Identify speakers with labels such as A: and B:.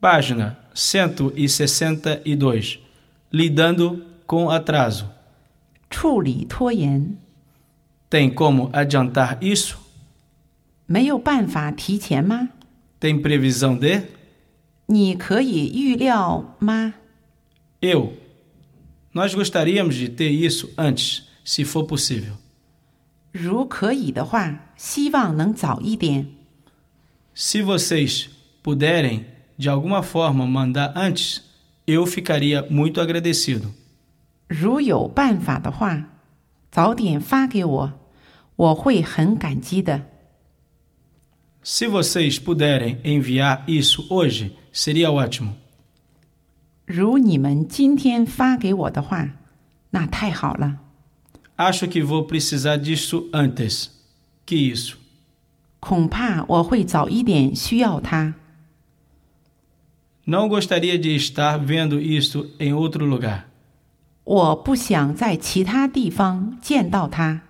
A: Página 162. Lidando com atraso.
B: 处理拖延，
A: Tem como adiantar isso?
B: 没有办法提前吗？
A: Tem previsão de?
B: 你可以预料吗？
A: Eu. Nós gostaríamos de ter isso antes, se for possível.
B: 如可以的话，希望能早一点。
A: Se vocês puderem, de alguma forma, mandar antes, eu ficaria muito agradecido.
B: 如有办法的话，早点发给我，我会很感激的。
A: Se vocês puderem enviar isso hoje, seria ótimo.
B: 如你们今天发给我的话，那太好了。
A: Acho que vou precisar disso antes. Que isso?
B: 恐怕我会早一点需要它。
A: Não gostaria de estar vendo isso em outro lugar.
B: 我不想在其他地方见到它。